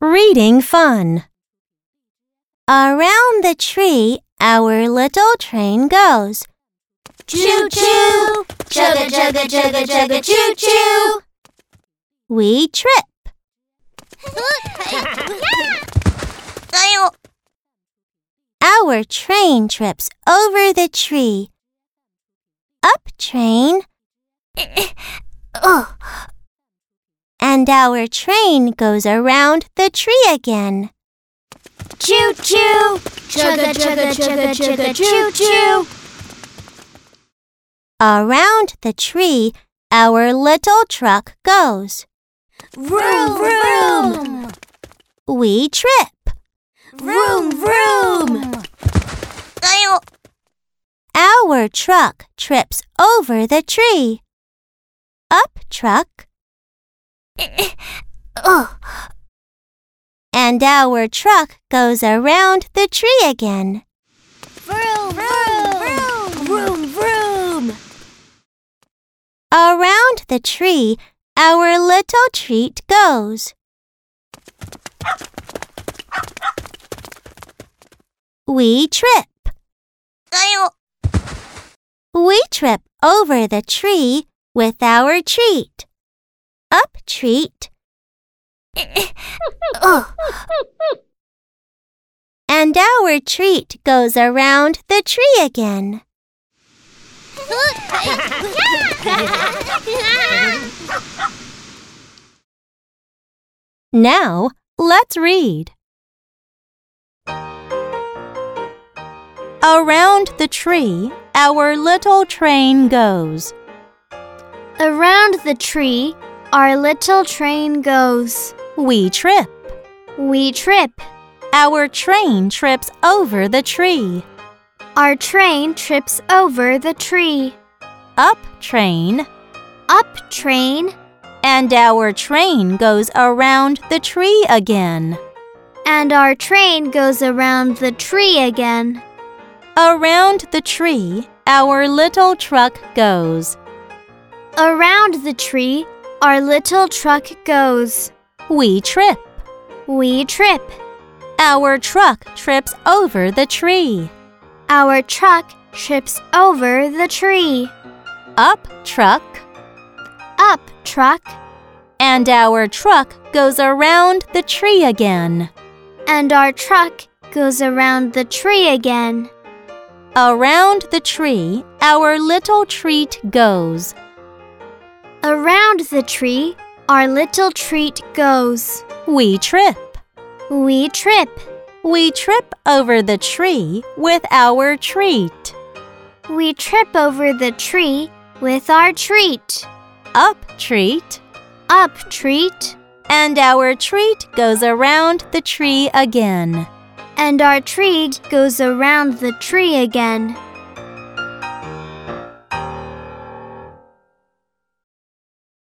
reading fun. Around the tree, our little train goes. Choo choo, chugga chugga chugga chugga choo choo. We trip. Our train trips over the tree. Up train. oh, And our train goes around the tree again. choo choo, chugga chugga chugga chugga choo choo. Around the tree, our little truck goes. Vroom vroom, We trip. vroom vroom. Our truck trips over the tree. Up truck. oh, And our truck goes around the tree again. vroom vroom, vroom vroom. Around the tree, our little treat goes. We trip. We trip over the tree with our treat. Up treat. oh, And our treat goes around the tree again. Now, let's read. Around the tree, our little train goes. Around the tree, our little train goes. We trip. We trip. Our train trips over the tree. Our train trips over the tree. Up train. Up train, And our train goes around the tree again. and our train goes around the tree again. Around the tree, our little truck goes. Around the tree, our little truck goes. We trip. We trip. Our truck trips over the tree. Our truck trips over the tree. Up truck. Up truck, And our truck goes around the tree again. and our truck goes around the tree again. Around the tree, our little treat goes. Around the tree, our little treat goes. We trip. We trip. We trip over the tree with our treat. We trip over the tree with our treat. Up treat. Up treat, And our treat goes around the tree again. and our treat goes around the tree again.